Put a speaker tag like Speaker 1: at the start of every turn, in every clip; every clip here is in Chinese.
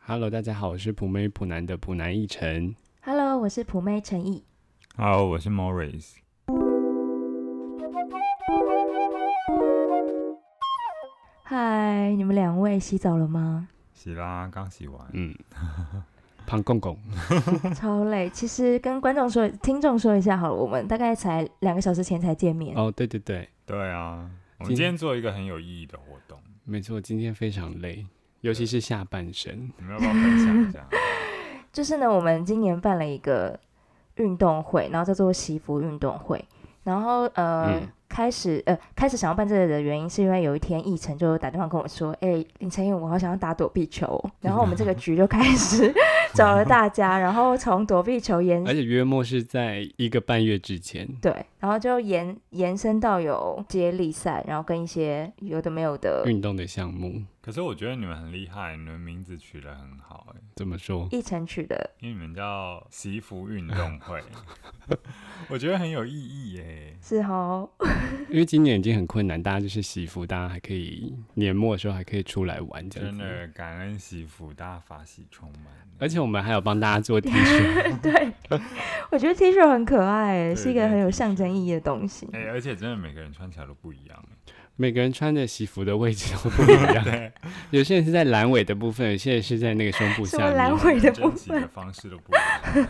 Speaker 1: Hello，大家好，我是普妹普南的普南一晨。
Speaker 2: Hello，我是普妹陈毅。
Speaker 3: Hello，我是 Morris。
Speaker 2: 嗨，你们两位洗澡了 吗？
Speaker 3: 洗啦，刚洗完。
Speaker 1: 嗯，胖公公，
Speaker 2: 超累。其实跟观众说、听众说一下好了，我们大概才两个小时前才见面。
Speaker 1: 哦，对对对，
Speaker 3: 对啊，我们今天做一个很有意义的活动，
Speaker 1: 没错，今天非常累，尤其是下半身。
Speaker 3: 你们要不要分享一下？
Speaker 2: 就是呢，我们今年办了一个运动会，然后叫做习服运动会。然后呃，
Speaker 1: 嗯
Speaker 2: 开始呃，开始想要办这个的原因，是因为有一天奕晨就打电话跟我说：“哎、林晨燕，我好想要打躲避球哦。”然后我们这个局就开始 找了大家，然后从躲避球延
Speaker 1: 而且约莫是在一个半月之前，
Speaker 2: 对，然后就延延伸到有接力赛，然后跟一些有的没有的。
Speaker 1: 运动的项目
Speaker 3: 可是我觉得你们很厉害，你们名字取得很好、欸，
Speaker 1: 怎么说？
Speaker 2: 一晨取的
Speaker 3: 因为你们叫习服运动会，我觉得很有意义耶、
Speaker 2: 是哦，
Speaker 1: 因为今年已经很困难，大家就是洗服，大家还可以年末的时候还可以出来玩这样
Speaker 3: 真
Speaker 1: 子。
Speaker 3: 的感恩媳妇，大家法喜充满。
Speaker 1: 而且我们还有帮大家做 T 恤，
Speaker 2: 对，我觉得 T 恤很可爱，
Speaker 3: 嗯对
Speaker 2: 是一个很有象征意义的东西。
Speaker 3: 哎、而且真的每个人穿起来都不一样。欸
Speaker 1: 每个人穿的洗服的位置都不一样。有些人是在阑尾的部分，有些人是在那个胸部
Speaker 2: 什
Speaker 1: 下
Speaker 2: 么
Speaker 1: 面。
Speaker 2: 阑尾的部
Speaker 3: 珍惜的
Speaker 2: 分？
Speaker 3: 方式都不一样。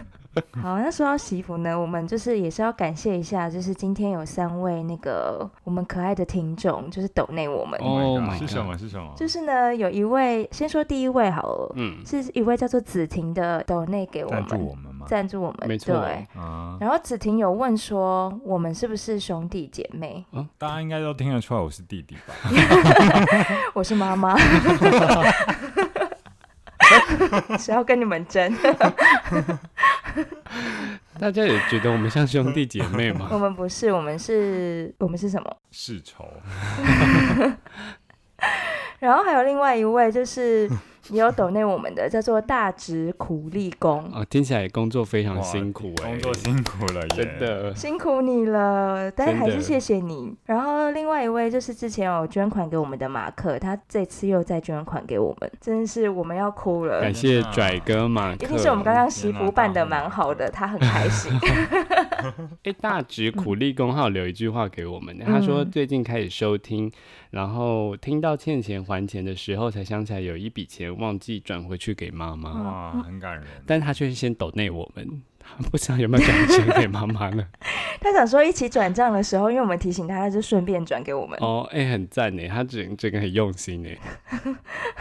Speaker 2: 好，那说到媳妇呢，我们就是也是要感谢一下，就是今天有三位那个我们可爱的听众，就是抖内我们，
Speaker 3: 哦
Speaker 1: Oh my
Speaker 3: 是什
Speaker 1: god
Speaker 3: 么？是什么？
Speaker 2: 就是呢有一位，先说第一位好了，
Speaker 1: 嗯，
Speaker 2: 是一位叫做子婷的抖内给我
Speaker 3: 赞助我
Speaker 2: 们
Speaker 3: 们吗？
Speaker 2: 赞助我们，
Speaker 1: 没错
Speaker 2: 对，
Speaker 3: 啊，
Speaker 2: 然后子婷有问说，我们是不是兄弟姐妹？
Speaker 3: 大家应该都听得出来我是弟弟吧？
Speaker 2: 我是妈 妈，谁要跟你们争？
Speaker 1: 大家也觉得我们像兄弟姐妹吗？
Speaker 2: 我们不是，我们是，我们是什么？
Speaker 3: 世仇，
Speaker 2: 然后还有另外一位， 就是也有抖内我们的，叫做大直苦力工，
Speaker 1: 哦，听起来工作非常
Speaker 3: 哇
Speaker 1: 辛苦哎、
Speaker 3: 工作辛苦欸了耶，
Speaker 1: 真。的。
Speaker 2: 辛苦你了，但
Speaker 1: 真的
Speaker 2: 还是谢谢你。然后另外一位就是之前有捐款给我们的马克，他这次又再捐款给我们，真是我们要哭了。
Speaker 1: 感谢拽哥马克，
Speaker 2: 一定是我们刚刚媳妇办的蛮好的，他很开心。
Speaker 1: 哎、大直苦力工号留一句话给我们，他说
Speaker 2: 嗯
Speaker 1: 最近开始收听，然后听到欠钱还钱的时候，才想起来有一笔钱忘记转回去给妈妈，
Speaker 2: 嗯
Speaker 3: 哇，很感人。
Speaker 1: 但他却先抖内我们，他不知道有没有转钱给妈妈 呢？
Speaker 2: 他想说一起转账的时候，因为我们提醒他，他就顺便转给我们。
Speaker 1: 哦，哎、很赞呢，他整整个很用心呢。欸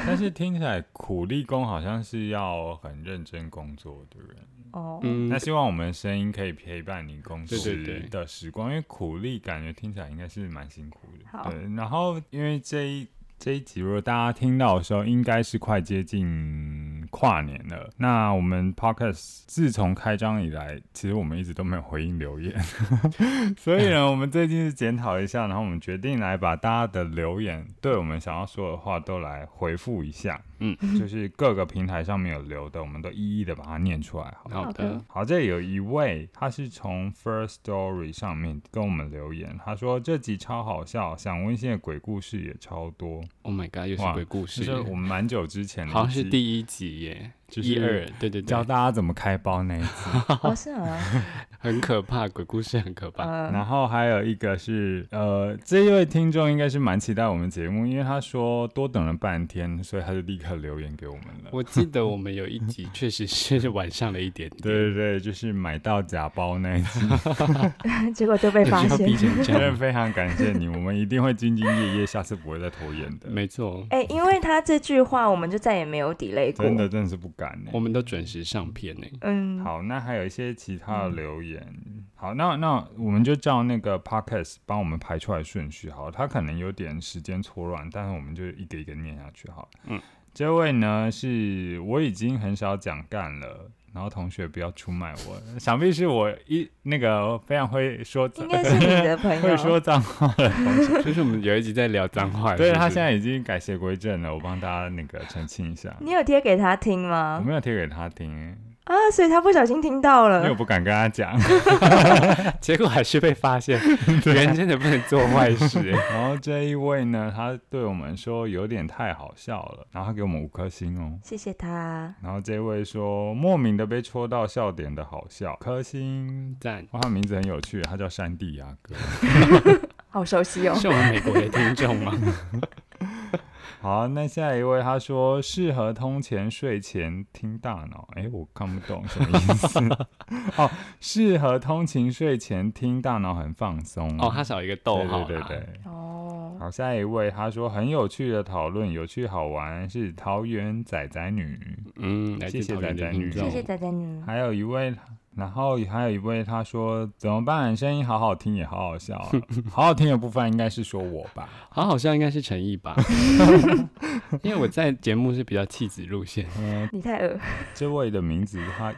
Speaker 3: 但是听起来苦力工好像是要很认真工作的人。
Speaker 2: 哦，
Speaker 1: 嗯
Speaker 3: 那，希望我们的声音可以陪伴你工作
Speaker 1: 对对对
Speaker 3: 的时光，因为苦力感觉听起来应该是蛮辛苦
Speaker 2: 好
Speaker 3: 的。对，然后因为这一这一集如果大家听到的时候，应该是快接近跨年了。那我们 podcast 自从开张以来，其实我们一直都没有回应 留言，所以呢，我们最近是检讨一下，然后我们决定来把大家的留言，对我们想要说的话都来回复一下。
Speaker 1: 嗯，
Speaker 3: 就是各个平台上面有留的，我们都一一的把它念出来好了。
Speaker 1: 好的，
Speaker 3: 好，这里有一位，他是从 First Story 上面跟我们留言，他说这集超好笑，想温馨的鬼故事也超多，
Speaker 1: ，Oh my god，又是
Speaker 3: 哇
Speaker 1: 鬼故
Speaker 3: 就
Speaker 1: 事欸
Speaker 3: 是
Speaker 1: 耶，
Speaker 3: 我们蛮久之前的一集，
Speaker 1: 好像是第一集耶，
Speaker 3: 就是
Speaker 1: 一二，对对对
Speaker 3: 教，大家怎么开包那一集，
Speaker 2: 哦是啊，
Speaker 1: 很可怕，鬼故事很可怕。
Speaker 2: 嗯，
Speaker 3: 然后还有一个是呃，这一位听众应该是蛮期待我们节目，因为他说多等了半天，所以他就立刻留言给我们了。
Speaker 1: 我记得我们有一集确实是晚上了一点点，
Speaker 3: 对对对，就是买到假包那一集，
Speaker 2: 结果就被发
Speaker 1: 要
Speaker 2: 现
Speaker 1: 逼。成这
Speaker 3: 真的
Speaker 1: 样，
Speaker 3: 非常感谢你，我们一定会兢兢业业，下次不会再拖延的。
Speaker 1: 没错，
Speaker 2: 哎、因为他这句话，我们就再也没有 delay 过。
Speaker 3: 真的真的是不敢欸呢、
Speaker 1: 我们都准时上片呢。
Speaker 2: 嗯，
Speaker 3: 好，那还有一些其他的留言。好，那那我们就照那个 podcast 帮我们排出来顺序。好了，它可能有点时间错乱，但是我们就一个一个念下去好了。
Speaker 1: 嗯，
Speaker 3: 这位呢是我已经很少讲干了。然后同学不要出卖我，想必是我一那个非常会说脏
Speaker 2: 应该是你的朋
Speaker 3: 会说
Speaker 2: 友。
Speaker 3: 脏话的同学。
Speaker 1: 就是我们有一集在聊脏话，
Speaker 3: 对
Speaker 1: 是不是
Speaker 3: 他现在已经改邪归正了，我帮大家那个澄清一下。
Speaker 2: 你有贴给他听
Speaker 3: 我
Speaker 2: 吗？
Speaker 3: 没有贴给他听，
Speaker 2: 啊，所以他不小心听到
Speaker 3: 因为我
Speaker 2: 了。
Speaker 3: 不敢跟他讲，
Speaker 1: 结果还是被发 现，人真的不能做坏事、欸。
Speaker 3: 然后这一位呢，他对我们说有点太好笑了，然后他给我们五颗星哦。
Speaker 2: 谢谢他，
Speaker 3: 然后这位说莫名的被戳到笑点的好笑，颗星。
Speaker 1: 赞，
Speaker 3: 哇，他名字很有趣，他叫山地亚哥。
Speaker 2: 好熟悉哦。
Speaker 1: 是我们美国的听众吗？
Speaker 3: 嗯好，那下一位他说适合通勤睡前听大脑，哎、我看不懂什么意 思。哦，适合通勤睡前听大脑很放松。
Speaker 1: 哦，他少一个逗
Speaker 3: 对
Speaker 1: 号啦。啊
Speaker 3: 对对对。
Speaker 2: 哦，
Speaker 3: 好，下一位他说很有趣的讨论，有趣好玩是桃园仔仔女，
Speaker 1: 嗯，来自
Speaker 3: 谢谢
Speaker 1: 桃园的
Speaker 3: 仔仔
Speaker 1: 听
Speaker 3: 女
Speaker 1: 众
Speaker 2: 谢，谢仔仔女。
Speaker 3: 还有一位，然后还有一位他说怎么办？声音好好听也好好笑啊、好好听的部分应该是说我吧。
Speaker 1: 好好笑应该是陈毅 吧，因为我在节目是比较气质路线。
Speaker 3: 嗯、
Speaker 2: 你太恶
Speaker 3: 这位的名字他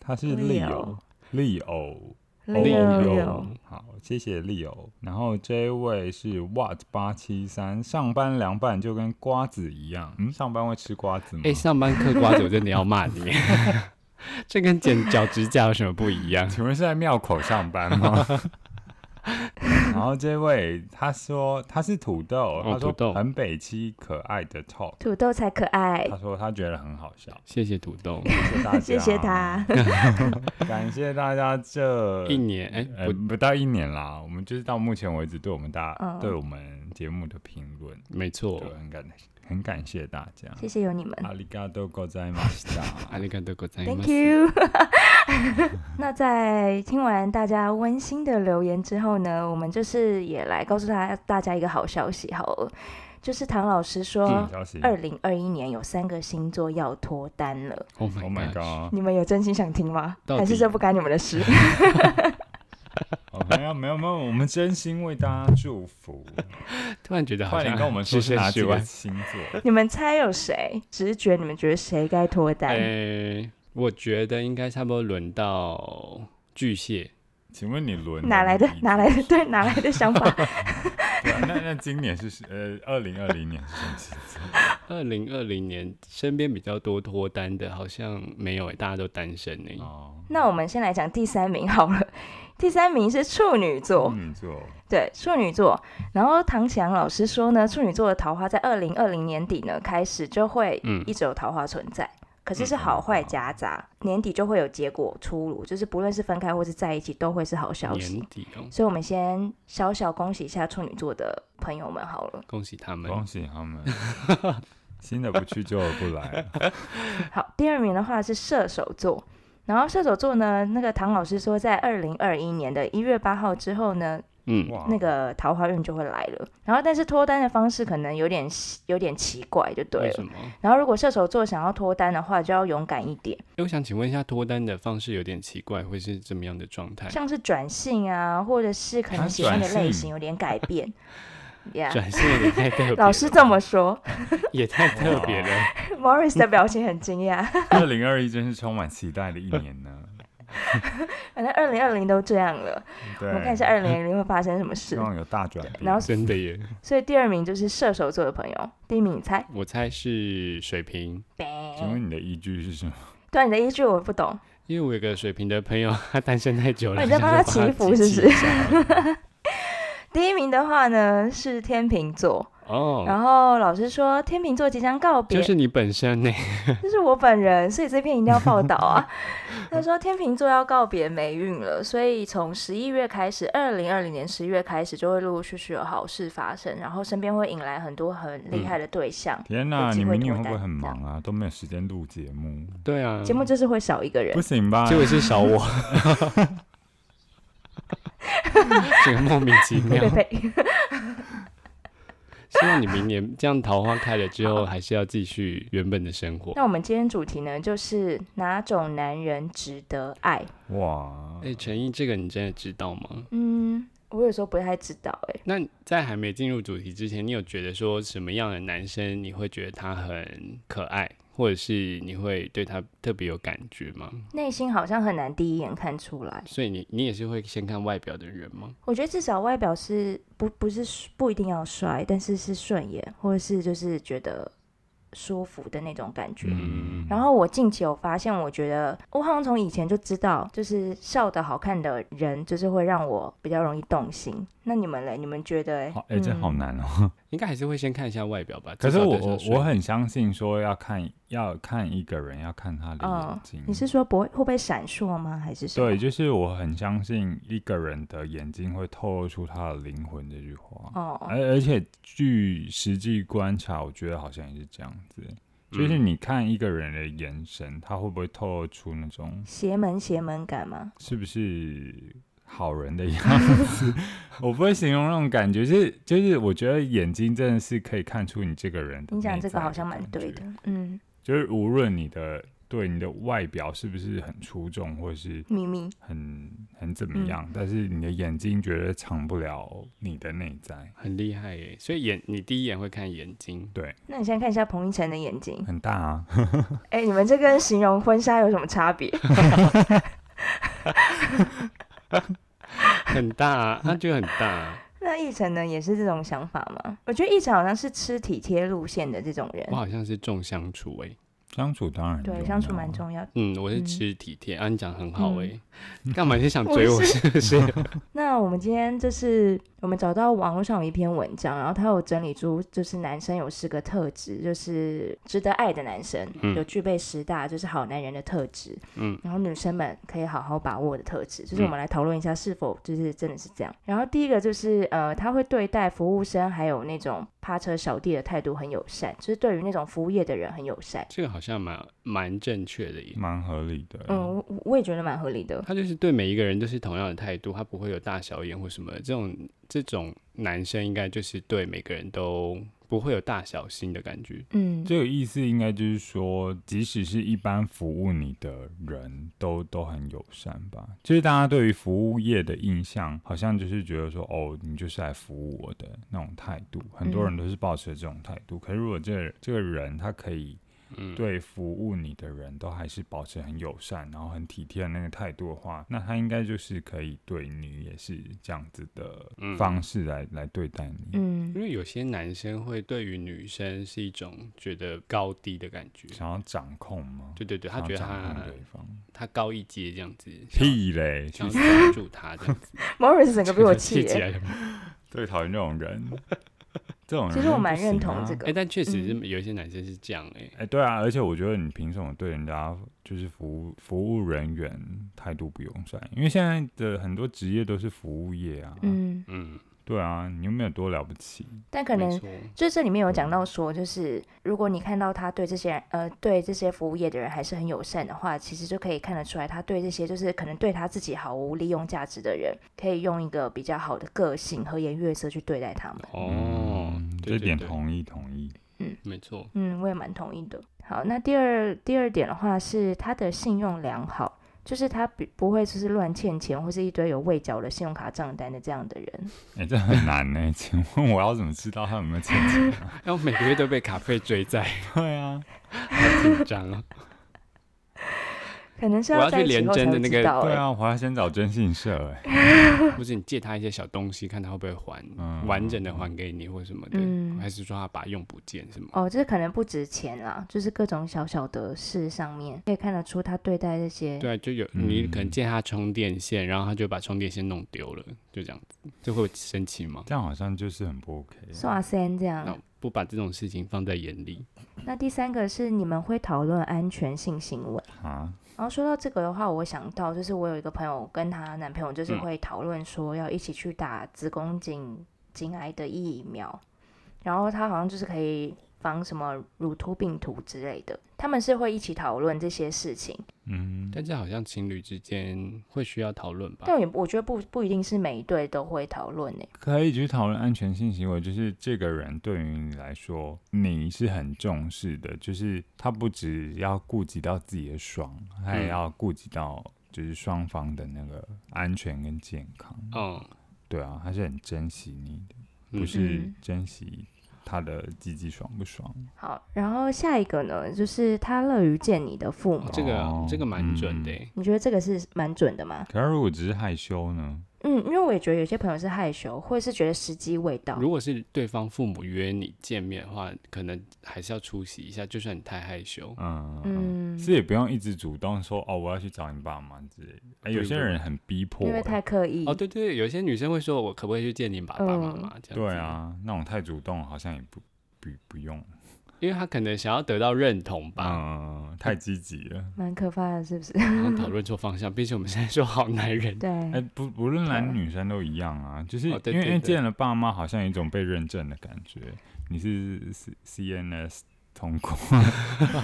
Speaker 3: 他是利欧，利欧。
Speaker 1: 利
Speaker 2: 了
Speaker 1: 友
Speaker 2: 了
Speaker 3: 好，谢谢利友。然后这一位是 What 八七三，上班凉拌就跟瓜子一样。嗯，上班会吃瓜子吗？
Speaker 1: 哎、上班嗑瓜子，我真的要骂你。 这跟剪脚指甲有什么不一样？
Speaker 3: 请问是在庙口上班吗？ 然后这位他说他是土豆，他
Speaker 1: 哦土豆
Speaker 3: 说很北七可爱的 talk，
Speaker 2: 土豆才可爱
Speaker 3: 他，说他觉得很好笑，
Speaker 1: 谢谢土豆，
Speaker 3: 谢谢啊大家，
Speaker 2: 哎 谢谢，他。
Speaker 3: 感谢大家这
Speaker 1: 一年哎、
Speaker 3: 呃
Speaker 1: 不
Speaker 3: 不到一年啦，我们就是到目前为止对我们大、
Speaker 2: 嗯
Speaker 3: 对我们节目的评论，
Speaker 1: 没错
Speaker 3: 对，，很感很感谢大家。
Speaker 2: 谢谢有你们
Speaker 3: 阿里嘎多ございま した。
Speaker 1: ありがとうございま
Speaker 2: ，Thank
Speaker 1: す。
Speaker 2: you。那 在听完大家温馨的留言之后呢，我们就是也来告诉大家大家一个好消息好了，就是唐老师说
Speaker 3: 嗯，消息。
Speaker 2: 哦二零二一年有三个星座要脱单了，
Speaker 1: Oh
Speaker 3: Oh
Speaker 1: my
Speaker 3: my
Speaker 1: god！
Speaker 3: god！
Speaker 2: 你们有真心想听吗？
Speaker 1: 到底
Speaker 2: 还是这不干你们 的事？
Speaker 3: 哦没有没有没有，我们真心为大家祝福。
Speaker 1: 突然觉得好
Speaker 3: 快
Speaker 1: 像
Speaker 3: 点跟我们说
Speaker 1: 置
Speaker 3: 是
Speaker 1: 身
Speaker 3: 哪
Speaker 1: 事
Speaker 3: 几个
Speaker 1: 外。
Speaker 3: 星座？
Speaker 2: 你们猜有谁？直觉，你们觉得谁该脱单？
Speaker 1: 哎，我觉得应该差不多轮到巨蟹，
Speaker 3: 请问你轮
Speaker 2: 哪来的
Speaker 3: 到哪一？
Speaker 2: 哪来的？ 对，哪来的想法？
Speaker 3: 对啊？那那今年是呃，二零二零年是什么星座？
Speaker 1: 二零二零年身边比较多脱单的，好像没有哎、大家都单身哎、
Speaker 3: 哦，
Speaker 2: 那我们先来讲第三名好了。第三名是处女座
Speaker 3: 处，女座。
Speaker 2: 对，处女座。然后唐启阳老师说呢，处女座的桃花在二零二零年底呢开始就会
Speaker 1: 嗯
Speaker 2: 一直有桃花存在，可是是好坏夹杂，年底就会有结果出炉，就是不论是分开或是在一起，都会是好消息
Speaker 1: 年。底哦，
Speaker 2: 所以我们先小小恭喜一下处女座的朋友们好了。
Speaker 1: 恭喜他们。
Speaker 3: 恭喜他们，新的不去，旧的不来了。
Speaker 2: 好，第二名的话是射手座。然后射手座呢，那个唐老师说，在二零二一年的一月八号之后呢，
Speaker 1: 嗯，
Speaker 3: 哇，
Speaker 2: 那个桃花运就会来了。然后，但是脱单的方式可能有点有点奇怪，就对
Speaker 1: 为
Speaker 2: 了
Speaker 1: 什。么？哎、
Speaker 2: 然后，如果射手座想要脱单的话，就要勇敢一点，
Speaker 1: 我想请问一下，脱单的方式有点奇怪，会是怎么样的状态？
Speaker 2: 像是转性啊，或者是可能
Speaker 3: 啊
Speaker 2: 喜欢的
Speaker 3: 转
Speaker 2: 类
Speaker 3: 性
Speaker 2: 型有点改变。yeah，
Speaker 1: 转性也太特别了吧，
Speaker 2: 老师这么说
Speaker 1: 也太特别了。
Speaker 2: 哦，Morris 的表情很惊讶。
Speaker 3: 二零二一真是充满期待的一年呢。
Speaker 2: 反正二零二零都这样了，
Speaker 3: 对，
Speaker 2: 我们看一下二零二零会发生什么事
Speaker 3: 希。望有大转变。
Speaker 2: 然后
Speaker 1: 真的耶！
Speaker 2: 所以第二名就是射手座的朋友，第一名你猜？
Speaker 1: 我猜是水瓶，
Speaker 3: 请问你的依据是什么？
Speaker 2: 对啊你的依据我不懂，
Speaker 1: 因为我有个水瓶的朋友，他单身太久了，
Speaker 2: 哦你在帮他
Speaker 1: 想说
Speaker 2: 祈福是不是
Speaker 1: 集气一下？
Speaker 2: 第一名的话呢是天秤座，
Speaker 1: 哦，
Speaker 2: 然后老师说天秤座即将告别，
Speaker 1: 就
Speaker 2: 这
Speaker 1: 是你本身呢、
Speaker 2: 是我本人，所以这篇一定要报道啊。 他说天秤座要告别霉运了，所以从十一月开始，二零二零年十一月开始就会陆陆续续有好事发生，然后身边会引来很多很厉害的对象，
Speaker 3: 天哪，
Speaker 2: 有机
Speaker 3: 你
Speaker 2: 会
Speaker 3: 明年
Speaker 2: 脱
Speaker 3: 会不会
Speaker 2: 单
Speaker 3: 很
Speaker 2: 这
Speaker 3: 忙啊？都没有时间录节目，
Speaker 1: 对啊，
Speaker 2: 节目就是会少一个人
Speaker 3: 不。行吧？
Speaker 1: 结果是少我，这个莫名其
Speaker 2: 呸
Speaker 1: 妙
Speaker 2: 呸。呸！
Speaker 1: 希望你明年这样桃花开了之后，还是要继续原本的生活。
Speaker 2: 那我们今天主题呢，就是哪种男人值得爱？
Speaker 3: 哇
Speaker 1: 哎、，陈毅，这个你真的知道吗？
Speaker 2: 嗯，我有时候不太知道、欸，哎，
Speaker 1: 那在还没进入主题之前，你有觉得说什么样的男生你会觉得他很可爱，或者是你会对他特别有感觉吗？
Speaker 2: 内心好像很难第一眼看出来。
Speaker 1: 所以你你也是会先看外表的人吗？
Speaker 2: 我觉得至少外表是不不是不一定要帅，但是是顺眼，或者是就是觉得舒服的那种感觉。
Speaker 1: 嗯，
Speaker 2: 然后我近期有发现，我觉得我好像从以前就知道，就是笑得好看的人，就是会让我比较容易动心。那你们嘞？你们觉得、欸？
Speaker 3: 好，哎、这
Speaker 2: 嗯
Speaker 3: 好难哦、
Speaker 1: 应该还是会先看一下外表吧。
Speaker 3: 可
Speaker 1: 至
Speaker 3: 是
Speaker 1: 少
Speaker 3: 我
Speaker 1: 多少
Speaker 3: 我
Speaker 1: 岁
Speaker 3: 我很相信说要看要看一个人要看他的眼
Speaker 2: 嗯
Speaker 3: 睛，
Speaker 2: 你是说不会会不会闪烁吗？还是什么？
Speaker 3: 对，就是我很相信一个人的眼睛会透露出他的灵魂这句话。
Speaker 2: 哦，
Speaker 3: 而而且据实际观察，我觉得好像也是这样子，就是
Speaker 1: 嗯
Speaker 3: 你看一个人的眼神，他会不会透露出那种
Speaker 2: 邪门邪门感吗？
Speaker 3: 是不是好人的样子？ 我不会形容那种感觉，就是就是我觉得眼睛真的是可以看出你这个人的
Speaker 2: 你讲
Speaker 3: 内
Speaker 2: 这
Speaker 3: 在
Speaker 2: 个好像蛮
Speaker 3: 感
Speaker 2: 对
Speaker 3: 觉
Speaker 2: 的，嗯，
Speaker 3: 就是无论你的对你的外表是不是很出众，或是
Speaker 2: 秘密
Speaker 3: 很很怎么
Speaker 2: 嗯
Speaker 3: 样，但是你的眼睛绝对藏不了你的内在，
Speaker 1: 很厉害耶，所以眼你第一眼会看眼睛，
Speaker 2: 那你现在看一下彭一晨的眼 睛，
Speaker 3: 很大啊。
Speaker 2: 哎、你们这跟形容婚纱有什么差别？
Speaker 1: 很大、 啊，那就很大、啊。
Speaker 2: 那奕晨呢，也是这种想法吗？我觉得奕晨好像是吃体贴路线的这种人
Speaker 1: 我，好像是重相处哎、
Speaker 3: 相处当然
Speaker 2: 对，
Speaker 3: 重
Speaker 2: 相处
Speaker 3: 要
Speaker 2: 蛮
Speaker 3: 啊
Speaker 2: 重要的。
Speaker 1: 嗯，我是
Speaker 2: 嗯
Speaker 1: 吃体贴、啊，你讲得很好哎、
Speaker 2: 嗯
Speaker 1: 干嘛你是想追我是不是？
Speaker 2: 那我们今天就是我们找到网络上有一篇文章，然后他有整理出就是男生有十个特质，就是值得爱的男生、
Speaker 1: 嗯
Speaker 2: 有具备十大就是好男人的特质，
Speaker 1: 嗯，
Speaker 2: 然后女生们可以好好把握的特质，就是我
Speaker 1: 嗯
Speaker 2: 们来讨论一下是否就是真的是这样。然后第一个就是呃，他会对待服务生还有那种趴车小弟的态度很友善，就是对于那种服务业的人很友善。
Speaker 1: 这个好像蛮蛮正确的耶。
Speaker 3: 蛮合理的。
Speaker 2: 嗯，我我我也觉得蛮合理的。
Speaker 1: 他就是对每一个人都是同样的态度，他不会有大小眼或什么的。这种这种男生应该就是对每个人都不会有大小心的感觉。
Speaker 2: 嗯，
Speaker 3: 这个意思应该就是说，即使是一般服务你的人都都很友善吧。就是大家对于服务业的印象，好像就是觉得说，哦，你就是来服务我的那种态度。
Speaker 2: 嗯
Speaker 3: 很多人都是抱持这种态度。可是如果这这个人他可以
Speaker 1: 嗯，，
Speaker 3: 对服务你的人都还是保持很友善，然后很体贴的那个态度的话，那他应该就是可以对你也是这样子的
Speaker 1: 嗯
Speaker 3: 方式来、来对待你。
Speaker 2: 嗯
Speaker 1: 因为有些男生会对于女生是一种觉得高低的感觉。
Speaker 3: 想要掌控吗？
Speaker 1: 对对对，他
Speaker 3: 想
Speaker 1: 觉
Speaker 3: 要
Speaker 1: 得
Speaker 3: 掌
Speaker 1: 他
Speaker 3: 控对方。
Speaker 1: 他高一阶这样子，想要
Speaker 3: 屁嘞！
Speaker 1: 想要抓住他这样 子，
Speaker 2: ，Morris 整个被我气
Speaker 1: 气
Speaker 2: 耶、
Speaker 1: 起来了。
Speaker 3: 最讨厌这种人，这种人
Speaker 2: 其
Speaker 1: 嗯
Speaker 2: 实我蛮认
Speaker 3: 就
Speaker 2: 同
Speaker 3: 不行啊
Speaker 2: 这。个
Speaker 1: 哎、。但确
Speaker 2: 嗯
Speaker 1: 实是有一些男生是这样哎、
Speaker 3: 哎、对啊，而且我觉得你凭什么对人家就是服务服务人员态度不友善？因为现在的很多职业都是服务业啊，
Speaker 2: 嗯，
Speaker 1: 嗯，
Speaker 3: 对啊，你又没有多了不起，
Speaker 2: 但可
Speaker 1: 没
Speaker 2: 能
Speaker 1: 错
Speaker 2: 就这里面有讲到说，就是如果你看到他对这些人，呃，对这些服务业的人还是很友善的话，其实就可以看得出来，他对这些就是可能对他自己毫无利用价值的人，可以用一个比较好的个性和颜悦色去对待他们。
Speaker 1: 哦，
Speaker 3: 嗯
Speaker 1: 对对
Speaker 3: 这点
Speaker 1: 对，
Speaker 3: 同意同意。
Speaker 1: 没错，
Speaker 2: 嗯，我也蛮同意的。好，那第二第二点的话是他的信用良好，就是他不不会就是乱欠钱或是一堆有未缴的信用卡账单的这样的人。
Speaker 3: 哎、这很难呢、 请问我要怎么知道他有没有欠 钱？
Speaker 1: 然哎后每个月都被卡费追债，
Speaker 3: 对啊，
Speaker 1: 好紧张啊！
Speaker 2: 可能是
Speaker 1: 我要
Speaker 2: 在
Speaker 1: 去
Speaker 2: 一起
Speaker 1: 廉
Speaker 2: 后才
Speaker 1: 贞的
Speaker 2: 会
Speaker 1: 那
Speaker 2: 知
Speaker 1: 个
Speaker 2: 道、
Speaker 3: 对
Speaker 2: 欸。
Speaker 3: 啊，我要先找征信社哎、
Speaker 1: 或者你借他一些小东西，看他会不会还、
Speaker 3: 嗯
Speaker 1: 完整的还给你或什么的，
Speaker 2: 嗯
Speaker 1: 还是说他把用不见什么？
Speaker 2: 哦，这可能不值钱啦，就是各种小小的事上面可以看得出他对待这些。
Speaker 1: 对啊，就有你可能
Speaker 3: 嗯
Speaker 1: 借他充电线，然后他就把充电线弄丢了，就这样子，这会生气吗？
Speaker 3: 这样好像就是很不 OK。
Speaker 2: 刷三这
Speaker 1: 那
Speaker 2: 样，
Speaker 1: 不把这种事情放在眼里，
Speaker 2: 那第三个是你们会讨论安全性行为。
Speaker 3: 啊，
Speaker 2: 然后说到这个的话，我想到就是我有一个朋友跟她男朋友就是
Speaker 1: 嗯
Speaker 2: 会讨论说要一起去打子宫颈颈癌的疫苗，然后他好像就是可以防什么乳突病毒之类的，他们是会一起讨论这些事情，
Speaker 3: 嗯，
Speaker 1: 但这好像情侣之间会需要讨论吧？
Speaker 2: 但也我觉得不不一定是每一对都会讨论欸呢、
Speaker 3: 可以去讨论安全性行为，就是这个人对于你来说，你是很重视的，就是他不只要顾及到自己的爽，还
Speaker 1: 嗯
Speaker 3: 要顾及到就是双方的那个安全跟健康。
Speaker 1: 嗯，
Speaker 3: 对啊，他是很珍惜你的，
Speaker 1: 嗯
Speaker 3: 不是
Speaker 2: 嗯
Speaker 3: 珍惜他的鸡鸡爽不爽。
Speaker 2: 好，然后下一个呢，就是他乐于见你的父母
Speaker 1: 哦，这个
Speaker 3: 哦
Speaker 1: 这个蛮准的
Speaker 3: 嗯
Speaker 1: 欸、
Speaker 2: 你觉得这个是蛮准的吗？
Speaker 3: 可是如果只是害羞呢？
Speaker 2: 嗯，因为我也觉得有些朋友是害羞，或者是觉得时机未到。
Speaker 1: 如果是对方父母约你见面的话，可能还是要出席一下，就算你太害羞。
Speaker 3: 嗯嗯，
Speaker 2: 嗯，
Speaker 3: 是也不用一直主动说哦，我要去找你爸妈之类的。哎，有些人很逼迫
Speaker 2: 因为
Speaker 3: 欸，
Speaker 2: 太刻意。
Speaker 1: 哦，对对，有些女生会说，我可不可以去见你爸爸妈妈？这样子
Speaker 3: 对，啊，那种太主动好像也不不不用，
Speaker 1: 因为她可能想要得到认同吧。
Speaker 3: 嗯，太积极了。
Speaker 2: 蛮可怕的，是不是？
Speaker 1: 然后讨论错方向，毕竟我们现在说好男人。
Speaker 2: 对，
Speaker 3: 嗯哎，不不论男女生都一样啊，就是因
Speaker 1: 哦对
Speaker 3: 为因
Speaker 1: 对
Speaker 3: 为
Speaker 1: 对
Speaker 3: 见了爸妈，好像有一种被认证的感觉。你是 C CNS 通过，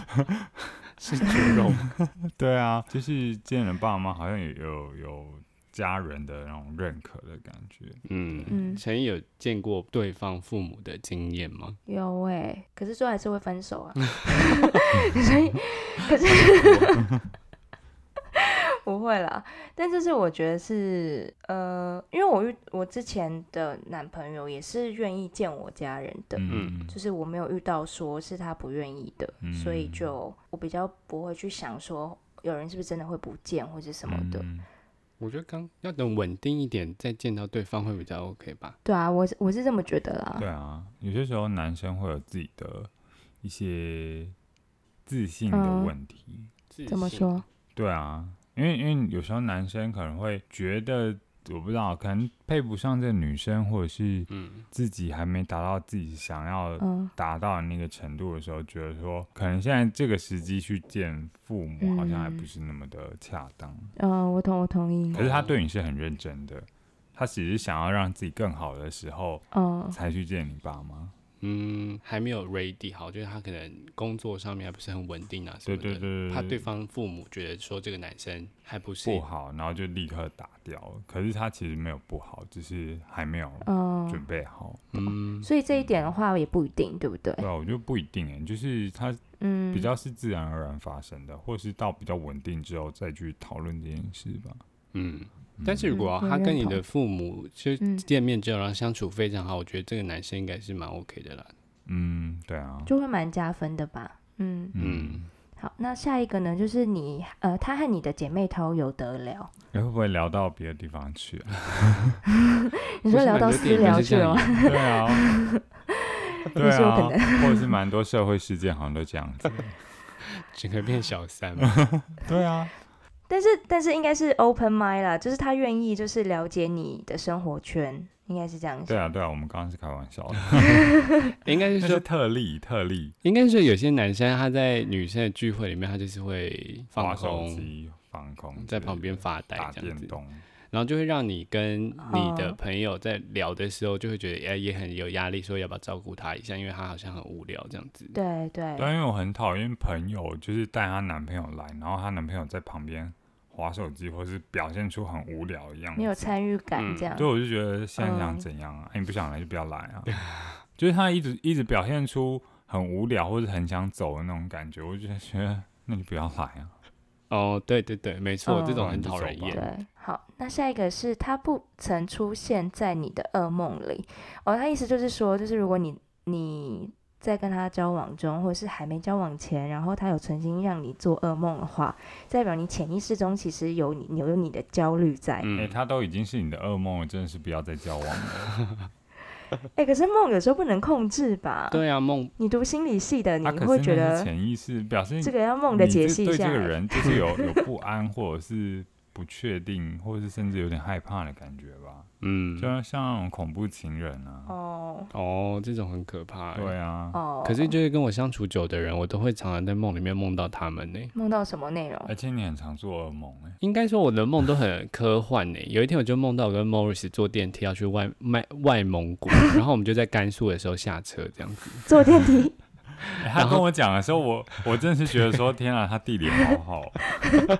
Speaker 1: 是猪肉吗？
Speaker 3: 对啊，就是见了爸妈，好像有有有家人的那种认可的感觉。
Speaker 1: 嗯，
Speaker 2: 嗯，
Speaker 1: 陈毅有见过对方父母的经验吗？
Speaker 2: 有哎、可是最后还是会分手 啊。所以，可是 不会啦。但就是我觉得是呃，因为我遇我之前的男朋友也是愿意见我家人的，
Speaker 3: 嗯，
Speaker 2: 就是我没有遇到说是他不愿意的，
Speaker 3: 嗯
Speaker 2: 所以就我比较不会去想说有人是不是真的会不见或者什么的。
Speaker 3: 嗯
Speaker 1: 我觉得刚要等稳定一点再见到对方会比较 OK 吧。
Speaker 2: 对啊，我是我是这么觉得啦。
Speaker 3: 对啊，有些时候男生会有自己的一些自信的
Speaker 2: 嗯
Speaker 3: 问题。
Speaker 1: 自
Speaker 2: 怎么
Speaker 1: 信？
Speaker 2: 说？
Speaker 3: 对啊，因为因为有时候男生可能会觉得，我不知道，可能配不上这女生，或者是
Speaker 1: 嗯，
Speaker 3: 自己还没达到自己想要
Speaker 2: 嗯，
Speaker 3: 达到的那个程度的时候，觉得说，可能现在这个时机去见父母，
Speaker 2: 嗯
Speaker 3: 好像还不是那么的恰当。
Speaker 2: 嗯，我同我同意。
Speaker 3: 可是他对你是很认真的，他只是想要让自己更好的时候
Speaker 2: 嗯
Speaker 3: 才去见你爸妈。
Speaker 1: 嗯，还没有 ready 好，就是他可能工作上面还不是很稳定啊什
Speaker 3: 对
Speaker 1: 么的。
Speaker 3: 对对
Speaker 1: 怕对方父母觉得说这个男生还不是
Speaker 3: 不好，然后就立刻打掉了。可是他其实没有不好，只是还没有准
Speaker 2: 嗯，
Speaker 3: 备好。
Speaker 1: 嗯，
Speaker 2: 所以这一点的话也不一定，对不对？
Speaker 3: 对啊，我觉得不一定哎，就是他
Speaker 2: 嗯，
Speaker 3: 比较是自然而然发生的，或是到比较稳定之后再去讨论这件事吧。
Speaker 1: 嗯，
Speaker 3: 嗯
Speaker 1: 但是如果
Speaker 2: 嗯
Speaker 1: 他
Speaker 2: 我
Speaker 1: 跟你
Speaker 2: 认
Speaker 1: 的
Speaker 2: 同
Speaker 1: 父母就
Speaker 2: 嗯
Speaker 1: 见面之后，然后相处非常好，我觉得这个男生应该是蛮 OK 的啦。
Speaker 3: 嗯，对啊，
Speaker 2: 就会蛮加分的吧。嗯，
Speaker 1: 嗯
Speaker 3: 嗯，
Speaker 2: 好，那下一个呢，就是你呃，她和你的姐妹淘有得聊，
Speaker 3: 哎、会不会聊到别的地方去啊？
Speaker 2: 你说聊到
Speaker 1: 不是蛮多电
Speaker 2: 私
Speaker 1: 影
Speaker 2: 聊
Speaker 1: 都是
Speaker 2: 去
Speaker 1: 这
Speaker 2: 了
Speaker 1: 样
Speaker 2: 吗？
Speaker 1: 演
Speaker 3: 对啊，对
Speaker 2: 也是有
Speaker 3: 啊
Speaker 2: 可，
Speaker 3: 或者是蛮多社会事件好像都这 样子。
Speaker 1: 整个变小三 嘛。
Speaker 3: 对啊，
Speaker 2: 但是但是应该是 open mind 啦，就是她愿意就是了解你的生活圈，应该是这样
Speaker 3: 对
Speaker 2: 想。
Speaker 3: 啊，对啊，我们刚刚是开玩笑的，
Speaker 1: 应该
Speaker 3: 那
Speaker 1: 是
Speaker 3: 是
Speaker 1: 说，
Speaker 3: 特例，特例，
Speaker 1: 应该是说有些男生他在女生的聚会里面，他就是会
Speaker 3: 划
Speaker 1: 放
Speaker 3: 手
Speaker 1: 空，
Speaker 3: 机，放空，
Speaker 1: 在旁边发呆
Speaker 3: 打
Speaker 1: 这样
Speaker 3: 电
Speaker 1: 子，
Speaker 3: 动。
Speaker 1: 然后就会让你跟你的
Speaker 2: 哦
Speaker 1: 朋友在聊的时候，就会觉得哎也很有压力，说要不要照顾他一下，因为他好像很无聊这样子。
Speaker 2: 对对
Speaker 3: 对啊，因为我很讨厌朋友就是带她男朋友来，然后她男朋友在旁边划手机，或是表现出很无聊一样。
Speaker 2: 没有参与感
Speaker 1: 嗯
Speaker 2: 这样。
Speaker 3: 对，我就觉得现在想
Speaker 2: 嗯
Speaker 3: 怎样啊？哎你不想来就不要来啊！ 就是他一直一直表现出很无聊或者很想走的那种感觉，我就觉得那你不要来啊！
Speaker 1: 哦，对对对，没错，
Speaker 2: 嗯
Speaker 1: 这种
Speaker 3: 嗯
Speaker 1: 很
Speaker 3: 就
Speaker 1: 讨
Speaker 3: 走
Speaker 1: 人
Speaker 3: 吧
Speaker 1: 厌。
Speaker 2: 对，好，那下一个是他不曾出现在你的噩梦里。哦，他意思就是说，就是如果你你在跟他交往中，或者是还没交往前，然后他有曾经让你做噩梦的话，代表你潜意识中其实有你有你的焦虑在。哎、
Speaker 3: 哎、
Speaker 1: 嗯，
Speaker 3: 他都已经是你的噩梦了，真的是不要再交往了。
Speaker 2: 可是梦有时候不能控制吧？
Speaker 1: 对啊， 梦
Speaker 2: 你读心理系嗯的，你
Speaker 3: 他、啊可
Speaker 2: 会
Speaker 3: 是
Speaker 2: 觉
Speaker 3: 那是
Speaker 2: 得
Speaker 3: 潜意识表示
Speaker 2: 这个要梦的
Speaker 3: 你
Speaker 2: 解
Speaker 3: 这
Speaker 2: 析一
Speaker 3: 对
Speaker 2: 下、
Speaker 3: 这个
Speaker 2: 哎
Speaker 3: 人就是 有有不安，或者是不确定，或者是甚至有点害怕的感觉吧。
Speaker 1: 嗯
Speaker 3: 就，像像那种恐怖情人啊，
Speaker 2: 哦
Speaker 1: 哦，这种很可怕欸。
Speaker 3: 对啊，
Speaker 2: 哦，
Speaker 1: 可是就是跟我相处久的人，我都会常常在梦里面梦到他们呢、
Speaker 2: 梦到什么内 容？
Speaker 3: 而且你很常做噩梦 哎、
Speaker 1: 应该说我的梦都很科幻呢、有一天我就梦到我跟 Morris 坐电梯要去外外外蒙古，然后我们就在甘肃的时候下车这样子。
Speaker 2: 坐电 梯，
Speaker 3: 欸他跟我讲的时候，我我真是觉得说，天啊，他地理 好好，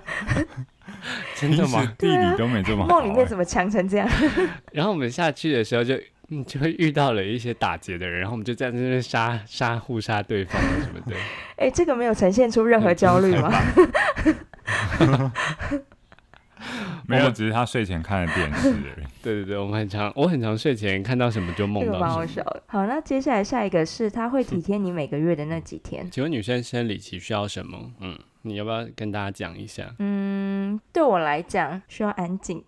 Speaker 1: 真
Speaker 3: 平
Speaker 1: 的
Speaker 3: 时
Speaker 1: 吗？
Speaker 3: 地理都没这么
Speaker 2: 啊
Speaker 3: 好、
Speaker 2: 梦里面
Speaker 3: 欸
Speaker 2: 怎么强成这样？
Speaker 1: 然后我们下去的时候就。嗯，就会遇到了一些打劫的人，然后我们就在那边杀杀互杀对方啊什么 的。
Speaker 2: 哎、这个没有呈现出任何焦虑吗？
Speaker 3: 没有，只是他睡前看的电视而已。
Speaker 1: 对对对，我们很常，我很常睡前看到什么就梦
Speaker 2: 这个
Speaker 1: 到
Speaker 2: 蛮
Speaker 1: 什
Speaker 2: 好
Speaker 1: 么。
Speaker 2: 笑的。好，那接下来下一个是他 会体贴你每个月的那几天。
Speaker 1: 请问女生生理期需要什么？嗯，你要不要
Speaker 2: 嗯
Speaker 1: 跟大家讲一下？
Speaker 2: 嗯，对我来讲需要安静，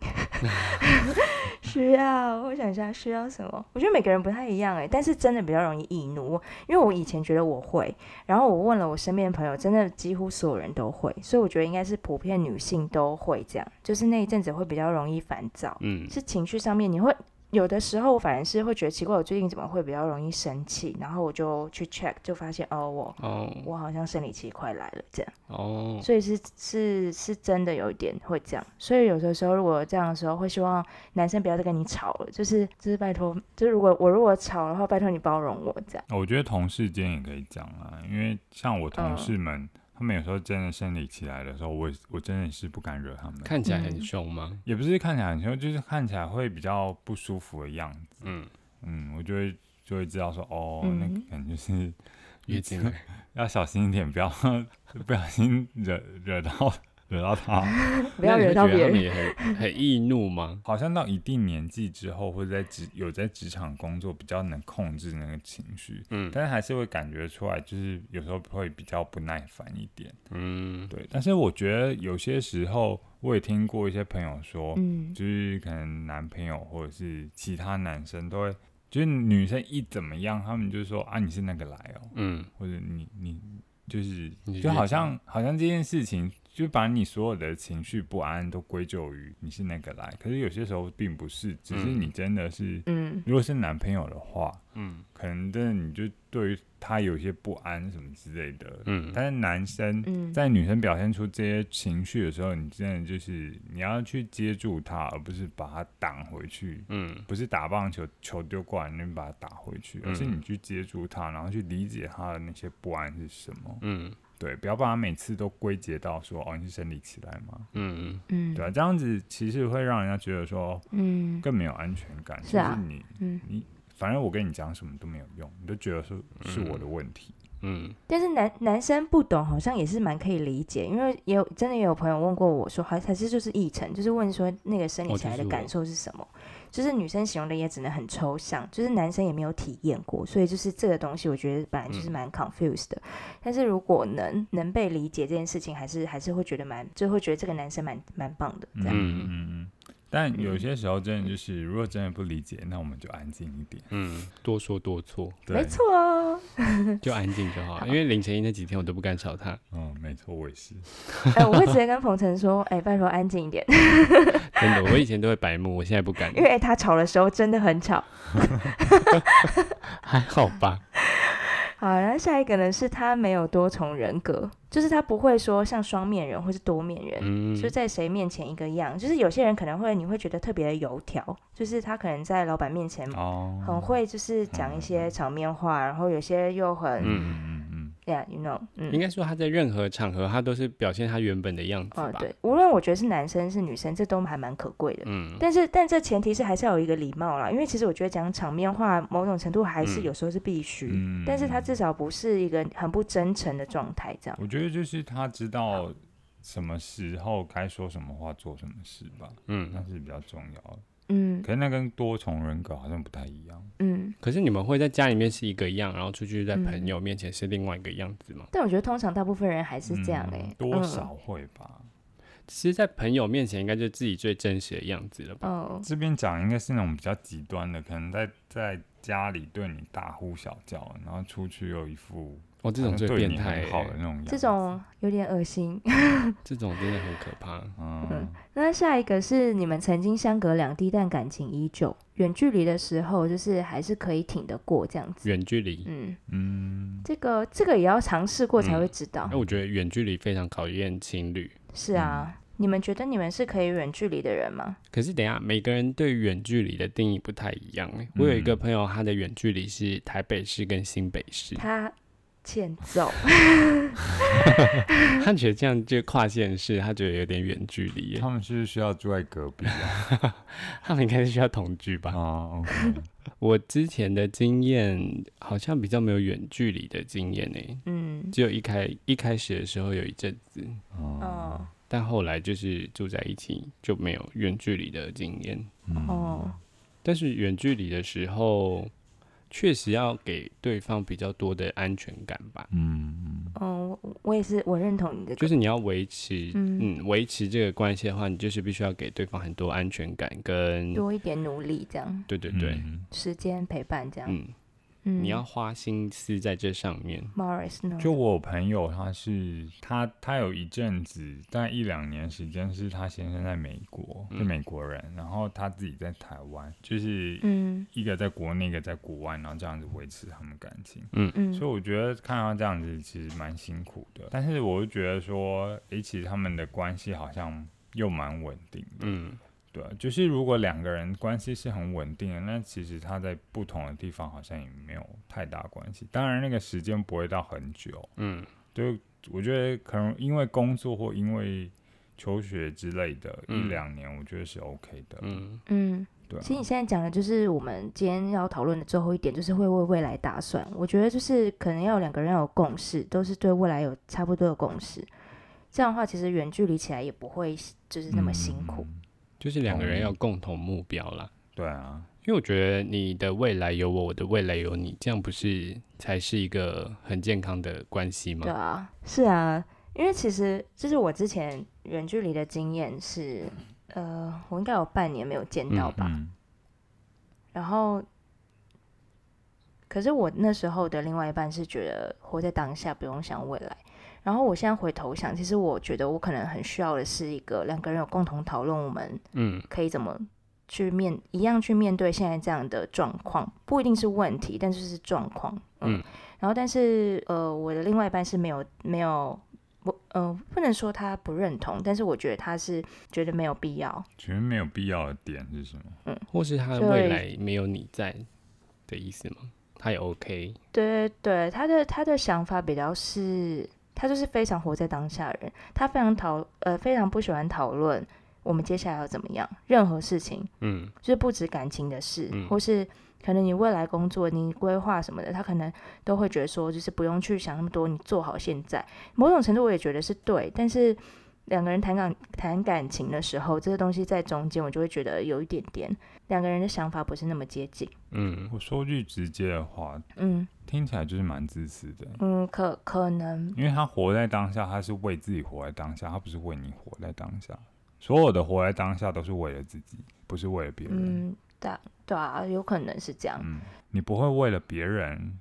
Speaker 2: 需要，我想一下需要什么？我觉得每个人不太一样哎、但是真的比较容易易怒，因为我以前觉得我会，然后我问了我身边的朋友，真的几乎所有人都会，所以我觉得应该是普遍女性都会这样，就是那一阵子会比较容易烦躁，
Speaker 1: 嗯，
Speaker 2: 是情绪上面你会。有的时候我反而是会觉得奇怪，我最近怎么会比较容易生气？然后我就去 check，就发现哦，我
Speaker 1: 哦
Speaker 2: 我好像生理期快来了这样。
Speaker 1: 哦，
Speaker 2: 所以是是是真的有一点会这样，所以有的时候如果这样的时候，会希望男生不要再跟你吵了，就是就是拜托，就是如果我如果吵的话，拜托你包容我这样。
Speaker 3: 我觉得同事间也可以讲啊，因为像我
Speaker 2: 嗯
Speaker 3: 同事们，他们有时候真的生理起来的时候，我也我真的是不敢惹他们，
Speaker 1: 看起来
Speaker 2: 嗯
Speaker 1: 很凶吗？
Speaker 3: 也不是看起来很凶，就是看起来会比较不舒服的样子。
Speaker 1: 嗯，
Speaker 3: 嗯，我就会就会知道说，哦，
Speaker 2: 嗯
Speaker 3: 那可能就是
Speaker 1: 月经来，
Speaker 3: 要小心一点，不要不小心惹惹到惹到他。
Speaker 2: 不
Speaker 1: 那
Speaker 2: 要
Speaker 1: 你
Speaker 2: 惹
Speaker 1: 会
Speaker 2: 到
Speaker 1: 觉得他
Speaker 2: 别人
Speaker 1: 们也很 很易怒吗？
Speaker 3: 好像到一定年纪之后，或者在职有在职场工作，比较能控制那个情绪，
Speaker 1: 嗯
Speaker 3: 但是还是会感觉出来，就是有时候会比较不耐烦一点。
Speaker 1: 嗯，
Speaker 3: 对，但是我觉得有些时候，我也听过一些朋友说，
Speaker 2: 嗯
Speaker 3: 就是可能男朋友或者是其他男生都会，就是女生一怎么样，他们就说啊你是那个来哦，
Speaker 1: 嗯
Speaker 3: 或者你你就是
Speaker 1: 你是
Speaker 3: 就好
Speaker 1: 月经
Speaker 3: 像好像这件事情。就把你所有的情绪不安都归咎于你是那个来，可是有些时候并不是，只是
Speaker 1: 嗯
Speaker 3: 你真的是，
Speaker 2: 嗯
Speaker 3: 如果是男朋友的话，
Speaker 1: 嗯
Speaker 3: 可能真的你就对于他有一些不安什么之类的。
Speaker 1: 嗯，
Speaker 3: 但是男生
Speaker 2: 嗯，
Speaker 3: 在女生表现出这些情绪的时候，你真的就是你要去接住她，而不是把她挡回去。
Speaker 1: 嗯
Speaker 3: 不是打棒球，球丢过来，你把它打回去，
Speaker 2: 嗯
Speaker 3: 而是你去接住她，然后去理解她的那些不安是什么。
Speaker 1: 嗯
Speaker 3: 对，不要把她每次都归结到说哦，你是生理期来嘛，
Speaker 1: 嗯
Speaker 2: 嗯
Speaker 3: 对啊，这样子其实会让人家觉得说哦
Speaker 2: 嗯
Speaker 3: 更没有安全感。
Speaker 2: 是啊
Speaker 3: 就是你
Speaker 2: 嗯，
Speaker 3: 你反正我跟你讲什么都没有用，你都觉得说是我的问题。
Speaker 1: 嗯
Speaker 2: 但是男男生不懂，好像也是蛮可以理解，因为也有真的也有朋友问过我说，还还是就是议程，就是问说那个生理
Speaker 1: 哦
Speaker 2: 起来的
Speaker 1: 就是我
Speaker 2: 感受是什么。就是女生形容的也只能很抽象，就是男生也没有体验过，所以就是这个东西，我觉得本来
Speaker 1: 嗯
Speaker 2: 就是蛮 confused 的。但是如果能能被理解这件事情，还是还是会觉得蛮，就会觉得这个男生蛮蛮棒的这样。
Speaker 3: 嗯嗯嗯。但有些时候真的就是，如果真的不理解，那我们就安静一点。
Speaker 1: 嗯，多说多错，
Speaker 3: 对
Speaker 2: 没，错哦，
Speaker 1: 就安静就好了。因为林晨一那几天我都不敢吵他，
Speaker 3: 嗯，没错，我也是。
Speaker 2: 哎、我会直接跟彭程说，哎、拜托安静一点，
Speaker 1: 真的，我以前都会白目，我现在不敢了
Speaker 2: 因，为、哎他吵的时候真的很吵。
Speaker 1: 还好 吧？
Speaker 2: 好，然后下一个呢是他没有多重人格，就是他不会说像双面人或是多面人，
Speaker 1: 嗯
Speaker 2: 就在谁面前一个样。就是有些人可能会你会觉得特别的油条，就是他可能在老板面前
Speaker 3: 哦，
Speaker 2: 很会就是讲一些场面话，然后有些又很
Speaker 1: 哦嗯
Speaker 3: 嗯嗯嗯，
Speaker 2: yeah you know
Speaker 1: 应
Speaker 2: 嗯。
Speaker 1: 该说他在任何场合他都是表现他原本的样子
Speaker 2: 哦，
Speaker 1: 吧？
Speaker 2: 对，无论我觉得是男生是女生，这都还蛮可贵的。
Speaker 1: 嗯
Speaker 2: 但是，但这前提是还是要有一个礼貌啦，因为其实我觉得讲场面话，某种程度还是
Speaker 1: 嗯
Speaker 2: 有时候是必须，
Speaker 3: 嗯
Speaker 2: 但是他至少不是一个很不真诚的状态，这样。
Speaker 3: 我觉得就是他知道什么时候该说什么话，做什么事吧，那
Speaker 1: 嗯。
Speaker 3: 是比较重要的。
Speaker 2: 嗯
Speaker 3: 可是那跟多重人格好像不太一样。
Speaker 2: 嗯。
Speaker 1: 可是你们会在家里面是一个样，然后出去在
Speaker 3: 嗯
Speaker 1: 朋友面前是另外一个样子吗？
Speaker 2: 但我觉得通常大部分人还是这样哎、
Speaker 3: 嗯
Speaker 2: 欸
Speaker 3: 多少会吧。
Speaker 1: 嗯其实，在朋友面前应该就是自己最真实的样子了吧？
Speaker 2: 嗯，
Speaker 3: 这边讲应该是那种比较极端的，可能在在家里对你大呼小叫，然后出去又一副
Speaker 1: 哦，这种
Speaker 3: 好像
Speaker 1: 最
Speaker 3: 对
Speaker 1: 变
Speaker 3: 你
Speaker 1: 态
Speaker 3: 很好
Speaker 1: 欸、
Speaker 3: 的那种样子
Speaker 2: 这种有点恶心。
Speaker 1: 这种真的很可怕。
Speaker 3: 嗯
Speaker 2: 嗯那下一个是你们曾经相隔两地，但感情依旧，远距离的时候就是还是可以挺得过这样子。
Speaker 1: 远距离，
Speaker 2: 嗯，
Speaker 3: 嗯，哦
Speaker 2: 这个这个也要尝试过才会知道。
Speaker 1: 哎、我觉得远距离非常考验情侣。
Speaker 2: 是
Speaker 3: 嗯
Speaker 2: 啊，你们觉得你们是可以远距离的人吗？
Speaker 1: 可是等一下，每个人对远距离的定义不太一样、欸。我有一个朋友，他的远距离是台北市跟新北市，
Speaker 2: 他欠揍，
Speaker 1: 他觉得这样就跨县市，他觉得有点远距离、欸
Speaker 3: 他。们是需要住在隔 壁啊。
Speaker 1: 他们应该是需要同居吧？
Speaker 3: 哦，OK，
Speaker 1: 我之前的经验好像比较没有远距离的经验呢、
Speaker 2: 嗯，
Speaker 1: 只有一开一开始的时候有一阵子，
Speaker 3: 哦，
Speaker 2: 哦
Speaker 1: 但后来就是住在一起就没有远距离的经验。
Speaker 3: 嗯
Speaker 2: 哦，
Speaker 1: 但是远距离的时候，确实要给对方比较多的安全感吧。
Speaker 3: 嗯，
Speaker 2: 哦，嗯，我我也是，我认同你的，
Speaker 1: 就是你要维持，
Speaker 2: 嗯
Speaker 1: 嗯，维、持这个关系的话，你就是必须要给对方很多安全感跟，
Speaker 2: 多一点努力，这样
Speaker 1: 对对对，
Speaker 3: 嗯
Speaker 2: 时间陪伴，这样。
Speaker 1: 嗯，
Speaker 2: 嗯，
Speaker 1: 你要花心思在这上面。
Speaker 2: Morris 呢？
Speaker 3: 就我有朋友，他是他他有一阵子，大概一两年时间，是他先生在美国，是
Speaker 1: 嗯
Speaker 3: 美国人，然后他自己在台湾，就是
Speaker 2: 嗯
Speaker 3: 一个在国内，一个在国外，然后这样子维持他们感情。所
Speaker 2: 嗯
Speaker 3: 以我觉得看到这样子其实蛮辛苦的，但是我就觉得说，诶、其实他们的关系好像又蛮稳定的。
Speaker 1: 嗯，
Speaker 3: 对啊，就是如果两个人关系是很稳定的，那其实他在不同的地方好像也没有太大关系。当然，那个时间不会到很久。
Speaker 1: 嗯，
Speaker 3: 就我觉得可能因为工作或因为求学之类的，
Speaker 1: 嗯
Speaker 3: 一两年我觉得是 OK 的。
Speaker 1: 嗯，
Speaker 2: 嗯，
Speaker 3: 对、啊
Speaker 2: 其，实你现在讲的就是我们今天要讨论的最后一点，就是会为未来打算。我觉得就是可能要有两个人要有共识，都是对未来有差不多的共识。这样的话，其实远距离起来也不会就是那么辛苦。
Speaker 3: 嗯
Speaker 1: 就是两个人
Speaker 3: 同意
Speaker 1: 要共同目标啦。
Speaker 3: 对啊，
Speaker 1: 因为我觉得你的未来有我，我的未来有你，这样不是才是一个很健康的关系
Speaker 2: 对
Speaker 1: 吗？
Speaker 2: 啊，是啊，因为其实就是我之前远距离的经验是，呃，我应该有半年没有见到吧。
Speaker 3: 嗯
Speaker 2: 然后，可是我那时候的另外一半是觉得活在当下，不用想未来。然后我现在回头想，其实我觉得我可能很需要的是一个两个人有共同讨论，我们
Speaker 1: 嗯
Speaker 2: 可以怎么去面一样去面对现在这样的状况，不一定是问题，但就是状况。嗯，
Speaker 1: 嗯
Speaker 2: 然后但是呃，我的另外一半是没有没有。不，呃，不能说他不认同，但是我觉得他是觉得没有必要，
Speaker 3: 觉得没有必要的点是什么？
Speaker 1: 或是他的
Speaker 2: 所以
Speaker 1: 未来没有你在的意思吗？他也 OK，
Speaker 2: 对对，他的他的想法比较是，他就是非常活在当下的人，他非常讨呃非常不喜欢讨论我们接下来要怎么样，任何事情，
Speaker 1: 嗯
Speaker 2: 就是不止感情的事，
Speaker 1: 嗯
Speaker 2: 或是可能你未来工作、你规划什么的，他可能都会觉得说，就是不用去想那么多，你做好现在。某种程度我也觉得是对，但是两个人谈感谈感情的时候，这个东西在中间，我就会觉得有一点点两个人的想法不是那么接近，
Speaker 1: 嗯
Speaker 3: 我说句直接的话，
Speaker 2: 嗯
Speaker 3: 听起来就是蛮自私的，
Speaker 2: 嗯，可可能
Speaker 3: 因为他活在当下，他是为自己活在当下，他不是为你活在当下。所有的活在当下都是为了自己，不是为了别人。
Speaker 2: 嗯，对啊对啊，有可能是这样，
Speaker 3: 嗯，你不会为了别人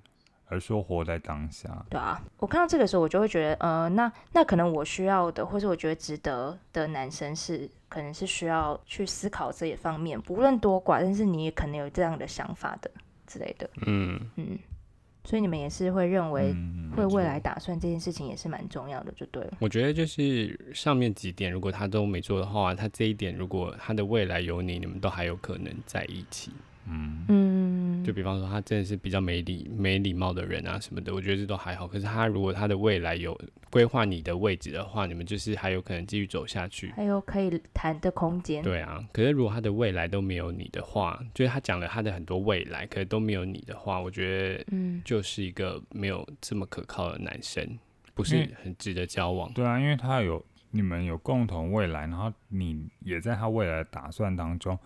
Speaker 3: 而说活在当下。
Speaker 2: 对啊。我看到这个时候，我就会觉得，呃，那那可能我需要的，或是我觉得值得的男生是，可能是需要去思考这一方面，不论多寡，但是你也可能有这样的想法的之类的，
Speaker 1: 嗯，
Speaker 2: 嗯。所以你们也是会认为
Speaker 3: 嗯
Speaker 2: 会未来打算这件事情也是蛮重要的，就对了。
Speaker 1: 我觉得就是上面几点，如果他都没做的话，他这一点如果他的未来有你，你们都还有可能在一起。
Speaker 3: 嗯，
Speaker 2: 嗯
Speaker 1: 就，比方说他真的是比较没礼没礼貌的人啊什么的，我觉得这都还好。可是他如果他的未来有规划你的位置的话，你们就是还有可能继续走下去。
Speaker 2: 还有可以谈的空间。
Speaker 1: 对啊，可是如果他的未来都没有你的话，就是他讲了他的很多未来，可是都没有你的话，我觉得
Speaker 2: 嗯，
Speaker 1: 就是一个没有这么可靠的男生，不是
Speaker 3: 嗯
Speaker 1: 很值得交往。
Speaker 3: 对啊，因为他有你们有共同未来，然后你也在他未来的打算当中，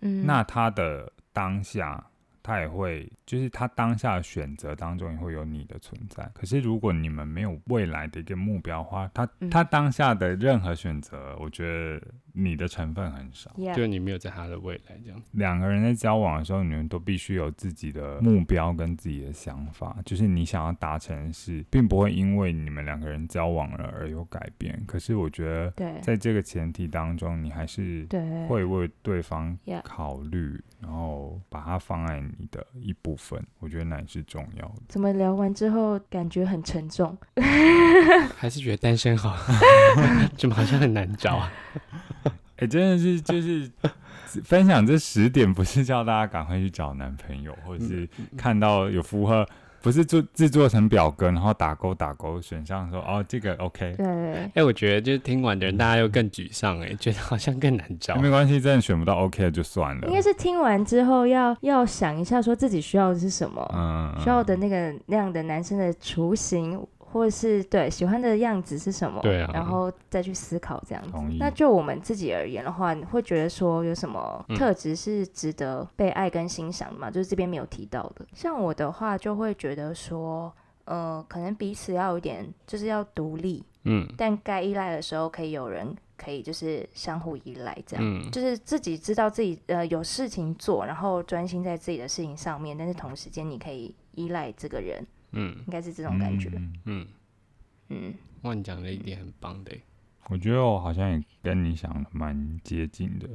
Speaker 2: 嗯，
Speaker 3: 那他的当下，他也会，就是他当下的选择当中也会有你的存在。可是如果你们没有未来的一个目标的话，他
Speaker 2: 嗯
Speaker 3: 他当下的任何选择，我觉得你的成分很少。
Speaker 2: y e
Speaker 1: 就是你没有在他的未来这样。
Speaker 3: 两个人在交往的时候，你们都必须有自己的目标跟自己的想法，就是你想要达成的事，并不会因为你们两个人交往了而有改变。可是我觉得，
Speaker 2: 对
Speaker 3: 在这个前提当中，你还是
Speaker 2: 对，
Speaker 3: 会为对方
Speaker 2: Yeah
Speaker 3: 考虑然后把它放在你的一部分，我觉得那也是重要的。
Speaker 2: 怎么聊完之后感觉很沉重？
Speaker 1: 还是觉得单身 好，怎么好像很难找啊？
Speaker 3: 哎、真的是就是 分享这十点，不是叫大家赶快去找男朋友，或者是看到有符合，不是做制作成表格，然后打勾打勾选项说哦这个 OK，
Speaker 2: 对，
Speaker 1: 哎、我觉得就是听完的人，大家又更沮丧哎、觉得好像更难找。
Speaker 3: 没关系，真的选不到 OK 就算了。
Speaker 2: 应该是听完之后要要想一下，说自己需要的是什么，
Speaker 3: 嗯，
Speaker 2: 需要的那个那样的男生的雏形，或是对喜欢的样子是什么，
Speaker 1: 对啊
Speaker 2: 然后再去思考这样子
Speaker 3: 同意。
Speaker 2: 那就我们自己而言的话，你会觉得说有什么特质是值得被爱跟欣赏的吗？就是这边没有提到的。像我的话，就会觉得说。呃，可能彼此要有一点，就是要独立，
Speaker 1: 嗯
Speaker 2: 但该依赖的时候可以有人可以就是相互依赖，这样、
Speaker 1: 嗯
Speaker 2: 就是自己知道自己呃有事情做，然后专心在自己的事情上面，但是同时间你可以依赖这个人，
Speaker 1: 嗯
Speaker 2: 应该是这种感觉。
Speaker 3: 嗯
Speaker 1: 嗯，
Speaker 2: 嗯，
Speaker 1: 哇，你讲的一点很棒的欸，
Speaker 3: 我觉得我好像也跟你想的蛮接近的，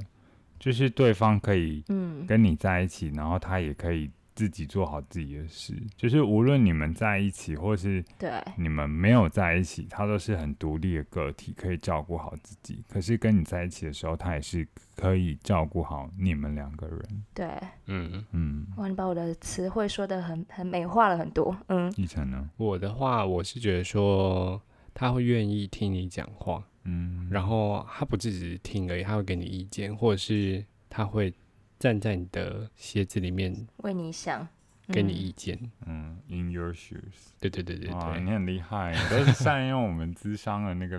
Speaker 3: 就是对方可以
Speaker 2: 嗯，
Speaker 3: 跟你在一起，然后他也可以自己做好自己的事，就是无论你们在一起或是
Speaker 2: 对，
Speaker 3: 你们没有在一起，他都是很独立的个体，可以照顾好自己。可是跟你在一起的时候，他也是可以照顾好你们两个人。
Speaker 2: 对，
Speaker 1: 嗯。
Speaker 3: 嗯，
Speaker 2: 哇，你把我的词汇说的很很美化了很多，嗯，
Speaker 3: 一晨呢？
Speaker 1: 我的话，我是觉得说他会愿意听你讲话，
Speaker 3: 嗯，
Speaker 1: 然后他不只是听而已，他会给你意见，或者是他会站在你的鞋子里面
Speaker 2: 为你想，
Speaker 1: 给你
Speaker 2: 嗯
Speaker 1: 意见。
Speaker 3: 嗯，In your shoes，
Speaker 1: 对对对对
Speaker 3: 哇，
Speaker 1: 对，
Speaker 3: 你很厉 害，你都是善用我们智商的那个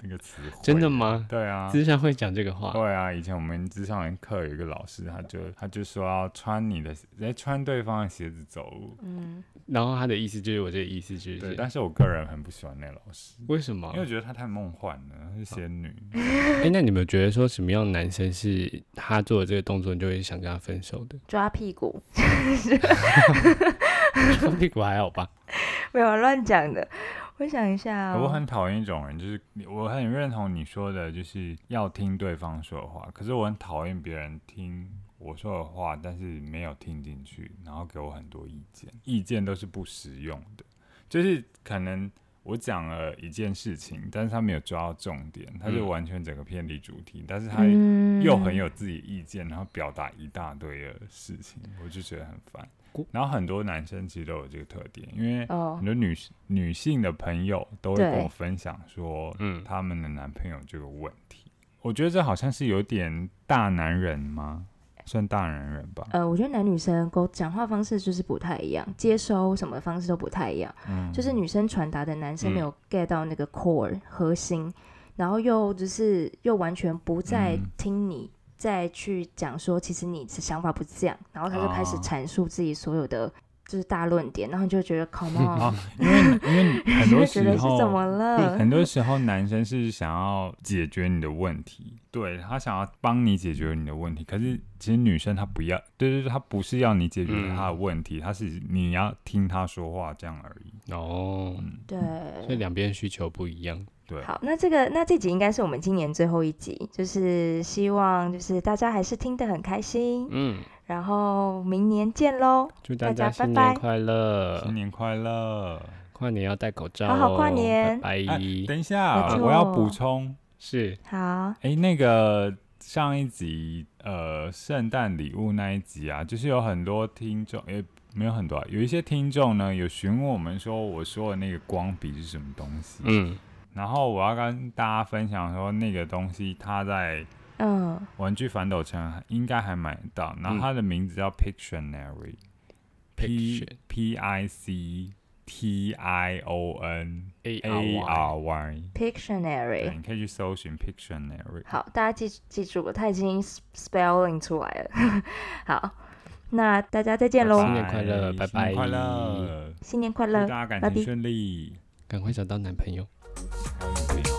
Speaker 3: 那个词汇。
Speaker 1: 真的？吗？
Speaker 3: 对啊，
Speaker 1: 智商会讲这个话，
Speaker 3: 对啊，以前我们智商课有一个老师，他就他就说要穿你的，哎，穿对方的鞋子走路。
Speaker 2: 嗯，
Speaker 1: 然后他的意思就是我这个意思就
Speaker 3: 对，
Speaker 1: 是
Speaker 3: 但是我个人很不喜欢那个老师，
Speaker 1: 为什么
Speaker 3: 因为？我觉得她太梦幻了，她是仙女。
Speaker 1: 哎、那你们觉得说什么样的男生是他做的这个动作，你就会想跟他分手 的？
Speaker 2: 抓屁股，
Speaker 1: 抓屁股还好吧？
Speaker 2: 没有乱讲的，我想一下、
Speaker 3: 我
Speaker 2: 哦，
Speaker 3: 很讨厌一种人，就是你我很认同你说的，就是要听对方说的话，可是我很讨厌别人听我说的话，但是没有听进去，然后给我很多意见，意见都是不实用的，就是可能。我讲了一件事情，但是他没有抓到重点，他就
Speaker 1: 嗯
Speaker 3: 完全整个偏离主题，但是他
Speaker 2: 嗯
Speaker 3: 又很有自己意见，然后表达一大堆的事情，我就觉得很烦
Speaker 1: 过。
Speaker 3: 然后很多男生其实都有这个特点，因为
Speaker 2: 哦
Speaker 3: 很，多女女性的朋友都会
Speaker 2: 对
Speaker 3: 跟我分享说，
Speaker 1: 嗯
Speaker 3: 他们的男朋友这个问题。我觉得这好像是有点大男人吗？算大男人 吧。
Speaker 2: 呃，我觉得男女生沟讲话方式就是不太一样，接收什么的方式都不太一样。
Speaker 3: 嗯，
Speaker 2: 就是女生传达的，男生没有 get 到那个 core、核心，然后又就是又完全不再
Speaker 3: 嗯
Speaker 2: 听你、再去讲说，其实你的想法不是这样，然后他就开始
Speaker 3: 哦
Speaker 2: 阐述自己所有的就是大论点，然后你就觉得 come on，
Speaker 3: 啊，因为因为很
Speaker 2: 就
Speaker 3: 多
Speaker 2: 觉
Speaker 3: 时
Speaker 2: 得是怎
Speaker 3: 候
Speaker 2: 么了？
Speaker 3: 很多时候男生是想要解决你的问题，对他想要帮你解决你的问题，可是其实女生她不要，对对对，她不是要你解决
Speaker 1: 嗯
Speaker 3: 她的问题，她是你要听她说话这样而已。
Speaker 1: 哦，
Speaker 3: 嗯，
Speaker 2: 对。
Speaker 1: 所以两边需求不一样。
Speaker 3: 对。
Speaker 2: 好，那这个那这集应该是我们今年最后一集，就是希望就是大家还是听得很开心，
Speaker 1: 嗯，
Speaker 2: 然后明年见喽，
Speaker 1: 祝大
Speaker 2: 大
Speaker 1: 家
Speaker 2: 家拜
Speaker 1: 新
Speaker 2: 拜
Speaker 1: 年快乐，
Speaker 3: 新年快乐！
Speaker 1: 跨年要戴口罩、哦，
Speaker 2: 好好跨年
Speaker 1: 拜拜。
Speaker 3: 哎，等一
Speaker 2: 没
Speaker 3: 下，
Speaker 2: 错
Speaker 3: 我要补充，
Speaker 1: 是
Speaker 2: 好，
Speaker 3: 哎、那个上一集呃，圣诞礼物那一集啊，就是有很多听众，也、没有很多、啊，有一些听众呢有询问我们说，我说的那个光笔是什么东西？
Speaker 1: 嗯，
Speaker 3: 然后我要跟大家分享说，那个东西它在
Speaker 2: 嗯，
Speaker 3: 玩具反斗城应该还买得到，然后它的名字叫 Pictionary。P
Speaker 1: Picture
Speaker 3: P I C T I O N
Speaker 1: A
Speaker 3: A
Speaker 1: R
Speaker 3: R Y，对，
Speaker 2: Pictionary。
Speaker 3: 你可以去搜寻 Pictionary。
Speaker 2: 好，大家记记住了，它已经 s- spelling 出来了。 好，那大家再见
Speaker 3: 拜拜，
Speaker 1: 新
Speaker 2: 喽，
Speaker 1: 年快乐拜
Speaker 3: 新年快
Speaker 1: 拜
Speaker 3: 乐，
Speaker 2: 新年快
Speaker 3: 祝
Speaker 2: 乐
Speaker 3: 大，家感
Speaker 2: 拜
Speaker 3: 情
Speaker 2: 拜
Speaker 3: 顺利。
Speaker 1: 赶快找到男朋友。
Speaker 3: 还有一点